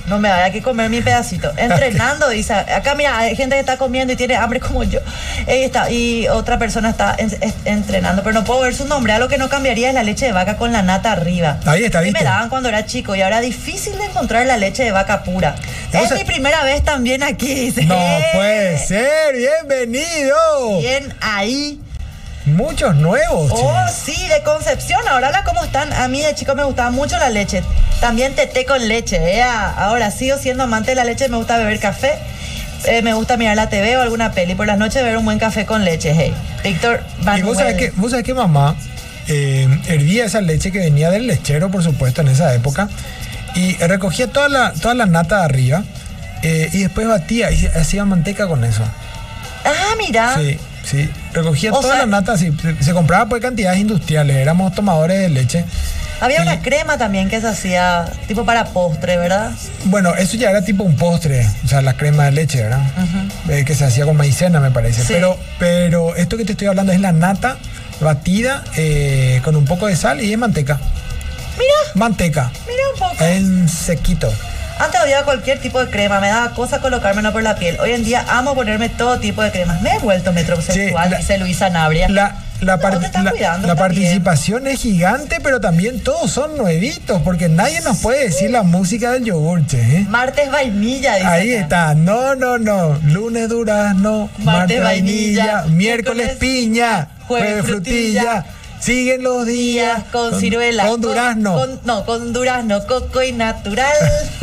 No me vaya que comer mi pedacito. Entrenando, dice. Acá, mira, hay gente que está comiendo y tiene hambre como yo. Ella está, y otra persona está en- es- entrenando, pero no puedo ver su nombre. Algo que no cambiaría es la leche de vaca con la nata arriba.
Ahí está,
Sí
¿viste?
me daban cuando era chico y ahora es difícil de encontrar la leche de vaca pura.
Vamos
Es
a-
mi primera vez también aquí, dice.
No puede ser, bienvenido.
Bien ahí.
Muchos nuevos. che.
Oh, sí, de Concepción. Ahora la cómo están. A mí de chico me gustaba mucho la leche. También teté con leche. ea. Ahora sigo siendo amante de la leche. Me gusta beber café. Eh, me gusta mirar la TV o alguna peli. Por las noches beber un buen café con leche. Hey. Víctor
y
Manuel.
vos sabés que, vos sabés que mamá eh, hervía esa leche que venía del lechero, por supuesto, en esa época. Y recogía toda la, toda la nata de arriba. eh, y después batía y hacía manteca con eso.
Ah, mira.
Sí, sí. Recogía
O
toda la
sea-
nata, sí. Se, se compraba por cantidades industriales. Éramos tomadores de leche.
Había
Sí.
una crema también que se hacía tipo para postre, ¿verdad?
Bueno, eso ya era tipo un postre. O sea, la crema de leche, ¿verdad? Eh, que se hacía con maicena, me parece.
Sí.
Pero, pero esto que te estoy hablando es la nata batida eh, con un poco de sal y es manteca.
Mira,
Manteca.
mira un poco.
En sequito.
Antes odiaba cualquier tipo de crema, me daba cosa colocármela por la piel. Hoy en día amo ponerme todo tipo de cremas. Me he vuelto metrosexual,
Sí, la-
dice Luisa Nabria.
La, la,
No,
par-
te estás
la-
cuidando,
la
está bien.
participación es gigante, pero también todos son nuevitos, porque nadie nos puede decir la música del yogur, che, ¿eh?
Martes vainilla, dice.
Ahí
acá.
está, no, no, no. Lunes durazno, martes, vainilla, miércoles piña, jueves frutilla. Siguen los días
Días con, ciruela.
Con durazno.
con- no, con durazno, coco y natural.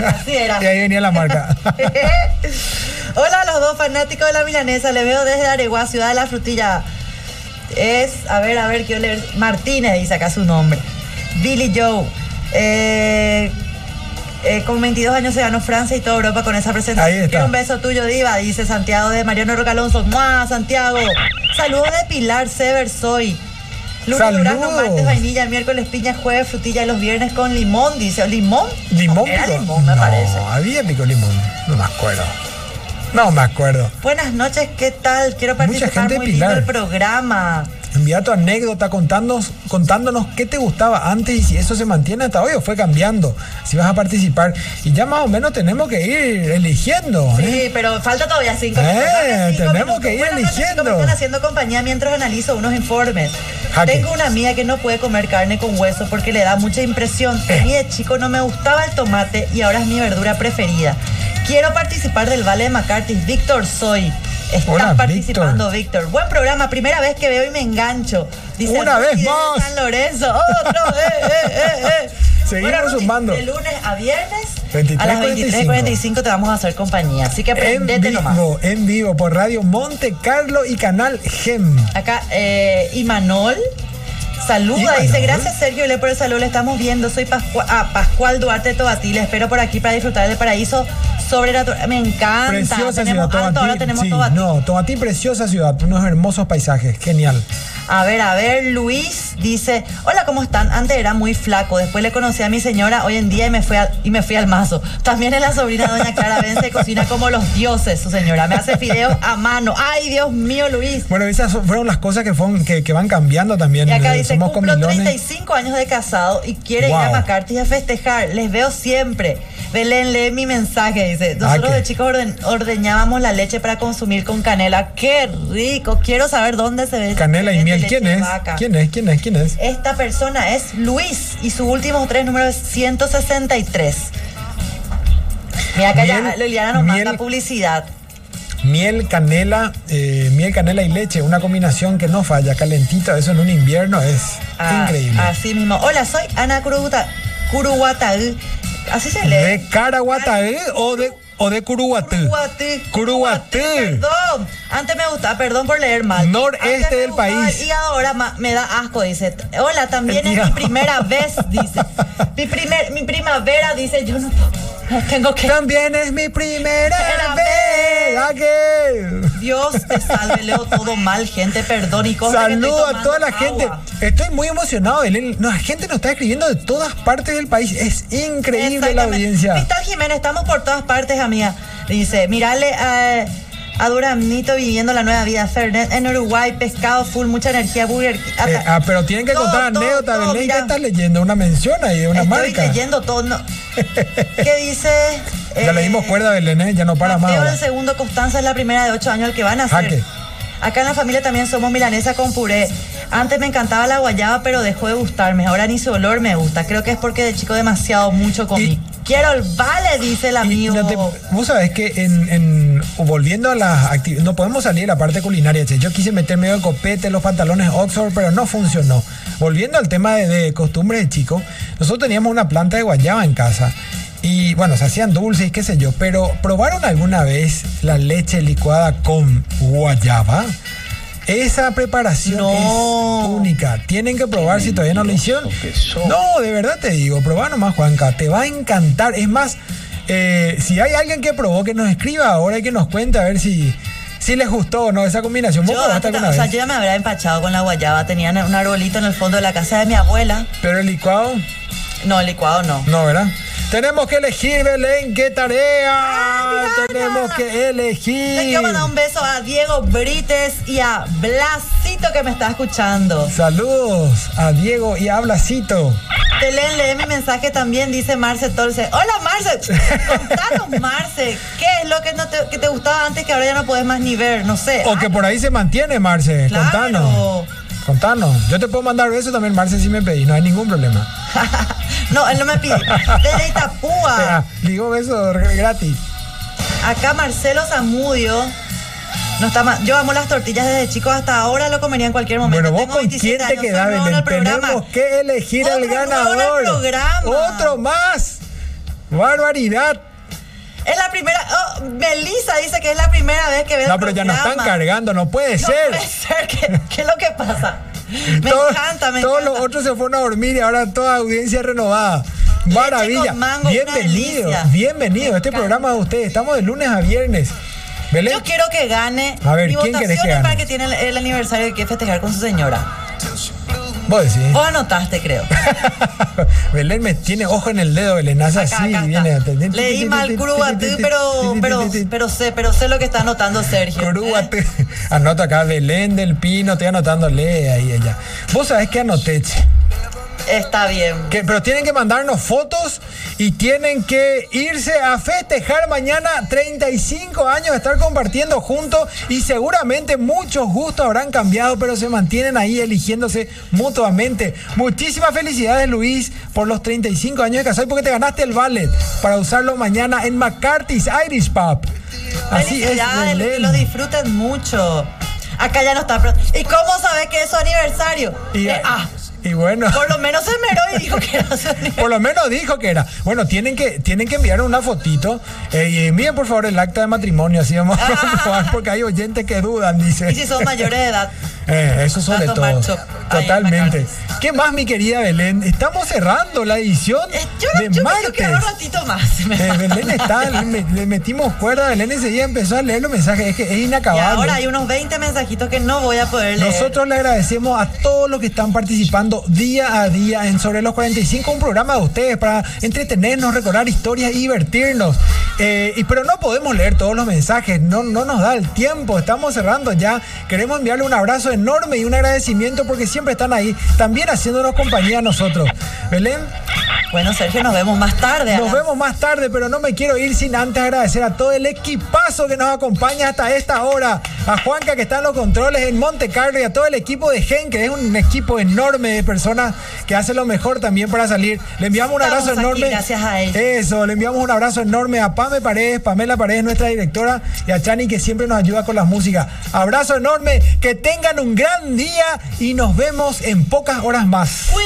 Así era.
Y ahí venía la marca.
Hola a los dos fanáticos de la milanesa. Les veo desde Areguá, ciudad de la frutilla. Es, a ver, a ver, quiero leer. Martínez dice acá su nombre. Billy Joe. Eh, eh, con 22 años se ganó Francia y toda Europa con esa presentación.
Ahí está.
Quiero un beso tuyo, Diva, dice Santiago de Mariano Roca Alonso. ¡Mua, Santiago! Saludos de Pilar Sever Soy. Lunes,
Saludos.
durazno, martes, vainilla, miércoles, piña, jueves, frutilla y los viernes con limón, dice. ¿Limón?
¿Limón?
No, era
picó?
limón, me
No,
parece.
Había pico limón. No me acuerdo. No me acuerdo.
Buenas noches, ¿qué tal? Quiero
Mucha
participar
gente de
muy lindo
Pilar.
el programa.
Envía tu anécdota contándonos, contándonos qué te gustaba antes y si eso se mantiene hasta hoy o fue cambiando. Si vas a participar. Y ya más o menos tenemos que ir eligiendo. ¿eh?
Sí, pero falta todavía cinco
Eh,
minutos. Dale, cinco
tenemos
minutos.
que ir
Buenas noches, chicos,
eligiendo.
Me están haciendo compañía mientras analizo unos informes.
Jaque.
Tengo una amiga que no puede comer carne con hueso porque le da mucha impresión.
Eh.
A mí de chico no me gustaba el tomate y ahora es mi verdura preferida. Quiero participar del Vale de McCarthy. Víctor soy. Estás
Hola,
participando, Víctor. Buen programa, primera vez que veo y me engancho. Dice el
Una vez
presidente
más.
San Lorenzo. Otro. eh, eh, eh, eh.
Seguimos
Ruti,
sumando.
De lunes a viernes a las
23:45.
23.45 te vamos a hacer compañía. Así que
En
prendete nomás.
vivo, en vivo por Radio Monte Carlo y Canal Gem.
Acá, eh, Imanol. Saluda,
Imanol.
dice, gracias Sergio Ole por el saludo, le estamos viendo, soy Pascual, ah, Pascual Duarte Tobatí, le espero por aquí para disfrutar del paraíso sobrenatural, me encanta,
Preciosa
tenemos
ciudad,
alto, ahora
Tomatí.
tenemos
sí,
Tobatí.
no, Tomatí, preciosa ciudad, unos hermosos paisajes, genial.
A ver, a ver, Luis dice, hola, ¿cómo están? Antes era muy flaco, después le conocí a mi señora hoy en día y me fui, a- y me fui al mazo. También es la sobrina doña Clara Ben, se cocina como los dioses, su señora. Me hace fideos a mano. Ay, Dios mío, Luis.
Bueno, esas son- fueron las cosas que, fueron, que, que van cambiando también.
Y acá
Eh,
dice,
Somos
cumplo
comilones.
35 años de casado y quiere ir a
Wow.
McCarthy a festejar. Les veo siempre. Belén, lee mi mensaje, dice. Nosotros
Ah, ¿qué?
de chicos orden- ordeñábamos la leche para consumir con canela. ¡Qué rico! Quiero saber dónde se ve.
Canela
se
y
vende
miel.
leche
¿Quién
de
es?
vaca.
¿Quién es? ¿Quién es? ¿Quién es?
Esta persona es Luis y su último tres números es 163. Mira acá ya
Miel,
Liliana nos manda
miel.
publicidad.
Miel, canela, eh, miel, canela y leche. Una combinación que no falla. Calentita, eso en un invierno es
Ah,
increíble.
Así mismo. Hola, soy Ana Curuguta, Curuguatagü. Así se lee.
¿De Caraguatagü o de, o de Curuguatú?
Curuguatí.
Curuguatí.
Perdón. Antes me gustaba, perdón por leer mal.
Noreste
Antes me
este del
gustaba
país.
Y ahora ma- me da asco, dice. Hola,
El
también es mi
hígado.
primera vez, dice. Mi, primer, mi primavera, dice, yo no, no tengo que...
También es mi primera
Primera
vez. ¿a qué?
Dios te salve, leo todo mal, gente, perdón. Y corre que estoy
Saludo a
tomando
toda la
agua.
gente. Estoy muy emocionado, Belén. No, la gente nos está escribiendo de todas partes del país. Es increíble la
Exactamente.
audiencia.
Cristal Jiménez, estamos por todas partes, amiga. Dice, mirale a, a Duramnito viviendo la nueva vida. Fernet en Uruguay, pescado full, mucha energía, burger. King.
Eh,
Hasta-
ah, pero tienen que
Todo,
contar
todo,
anécdotas,
todo,
Belén.
mira.
¿Qué estás leyendo? Una mención ahí de una
Estoy
marca.
leyendo todo. no. ¿Qué dice?
Ya le dimos cuerda, Belén, ¿eh? ya no para más.
Mateo
ahora.
el segundo, Constanza es la primera de ocho años el que van a hacer.
Jaque.
Acá en la familia también somos milanesa con puré. Antes me encantaba la guayaba, pero dejó de gustarme. Ahora ni su olor me gusta. Creo que es porque de chico demasiado mucho comí.
Y-
Quiero el vale, dice el
Y
amigo.
no te- vos sabés que en, en- volviendo a las actividades, no podemos salir de la parte culinaria. che. Yo quise meter medio de copete en los pantalones Oxford, pero no funcionó. Volviendo al tema de, de costumbres de chico, nosotros teníamos una planta de guayaba en casa. Y bueno, se hacían dulces, qué sé yo, pero ¿probaron alguna vez la leche licuada con guayaba? Esa preparación
No.
es única. Tienen que probar si todavía no lo hicieron. No, de verdad te digo, probá nomás, Juanca. Te va a encantar. Es más, eh, si hay alguien que probó, que nos escriba ahora y que nos cuente a ver si, si les gustó o no esa combinación. ¿Vos
Yo,
probaste
antes-
alguna
o sea,
vez?
yo ya me habría empachado con la guayaba. Tenían un arbolito en el fondo de la casa de mi abuela.
Pero el licuado,
No, licuado no.
no, ¿verdad? Tenemos que elegir, Belén, qué
Ah,
tarea. Tenemos que
Le
elegir.
quiero mandar un beso a Diego Brites y a Blasito que me está escuchando.
Saludos a Diego y a Blasito.
Belén, lee mi mensaje también, dice Marce Torce. Hola Marce, contanos Marce, ¿qué es lo que, no te, que te gustaba antes que ahora ya no podés más ni ver? No sé.
O que por ahí se mantiene, Marce.
Claro.
Contanos. Contanos. Yo te puedo mandar besos también, Marce, si me pedís. No hay ningún problema.
no, él no me pide. Desde
O sea,
Itapúa,
ah, digo besos gratis.
acá Marcelo Zamudio. No está ma- Yo amo las tortillas desde chico hasta ahora, lo comería en cualquier momento.
Bueno, vos
Tengo
con quién
27
te
años, soy
quedás,
nuevo en
Belén.
el programa.
Tenemos que elegir
Otro
al
nuevo en el
ganador.
programa.
Otro más. Barbaridad.
Es la primera. Oh, Melissa dice que es la primera vez que ve
No,
el
pero ya nos están
programa.
cargando, no puede
No
ser.
puede ser. ¿Qué, qué es lo que pasa? Me
Todo-
encanta, me
Todos los
encanta.
otros se fueron a dormir y ahora toda audiencia renovada. Maravilla.
con mango, una
bienvenido,
delicia.
bienvenido a este
Me encanta.
programa de ustedes. Estamos de lunes a viernes. Belén,
Yo quiero que gane.
A ver,
mi
¿quién querés
votación
que
es para
gane?
que tiene el, el aniversario que quiere festejar con su señora.
vos decís.
Vos anotaste, creo.
Belén me tiene ojo en el dedo, Belén. Hace
Acá,
así,
acá está.
viene.
Leí mal Curubatú, pero, pero, pero eh. sé, pero sé lo que está anotando Sergio.
Corúbate. Anota acá, Belén del Pino, estoy anotándole ahí ella. Vos sabés que anoté, che.
Eh, Está bien.
Que- pero tienen que mandarnos fotos y tienen que irse a festejar mañana 35 años de estar compartiendo juntos y seguramente muchos gustos habrán cambiado, pero se mantienen ahí eligiéndose mutuamente. Muchísimas felicidades Luis por los 35 años de casado y porque te ganaste el ballet para usarlo mañana en McCarthy's Irish Pub. Así es.
Felicidades, que
Belén.
lo disfruten mucho. Acá ya no está. pero- ¿Y cómo sabes que es su aniversario?
Y,
Eh, ah,
y bueno.
por lo menos se meró y dijo que era su aniversario.
Por lo menos dijo que era. Bueno, tienen que, tienen que enviar una fotito. Eh, y envíen, por favor, el acta de matrimonio. Así vamos a comprobar, porque hay oyentes que dudan,
Ah. Y
dice.
si son mayores de edad.
Eh, eso sobre
Tanto
todo.
macho. Ay,
Totalmente.
McCarthy.
¿Qué más, mi querida Belén? Estamos cerrando la edición
Eh, Yo, no-
de
yo
martes.
creo que ahora un ratito más. me
Eh,
pasa.
Belén está, le, me- le metimos cuerda, Belén enseguida empezó a leer los mensajes, es que es
Y
inacabable.
ahora hay unos 20 mensajitos que no voy a poder leer.
Nosotros le agradecemos a todos los que están participando día a día en Sobre los 45, un programa de ustedes para entretenernos, recordar historias y divertirnos. Eh, y, pero no podemos leer todos los mensajes, no, no nos da el tiempo, estamos cerrando ya. Queremos enviarle un abrazo enorme y un agradecimiento porque siempre están ahí, también haciéndonos compañía a nosotros. Belén,
Bueno, Sergio, nos vemos más tarde. a
nos
las-
vemos más tarde, pero no me quiero ir sin antes agradecer a todo el equipazo que nos acompaña hasta esta hora. A Juanca que está en los controles en Monte Carlo y a todo el equipo de Gen, que es un equipo enorme de personas que hace lo mejor también para salir. Le enviamos un
Estamos
abrazo
aquí
enorme.
gracias a ellos.
Eso, le enviamos un abrazo enorme a Pame Paredes, Pamela Paredes, nuestra directora, y a Chani que siempre nos ayuda con las músicas. Abrazo enorme, que tengan un gran día y nos vemos en pocas horas más.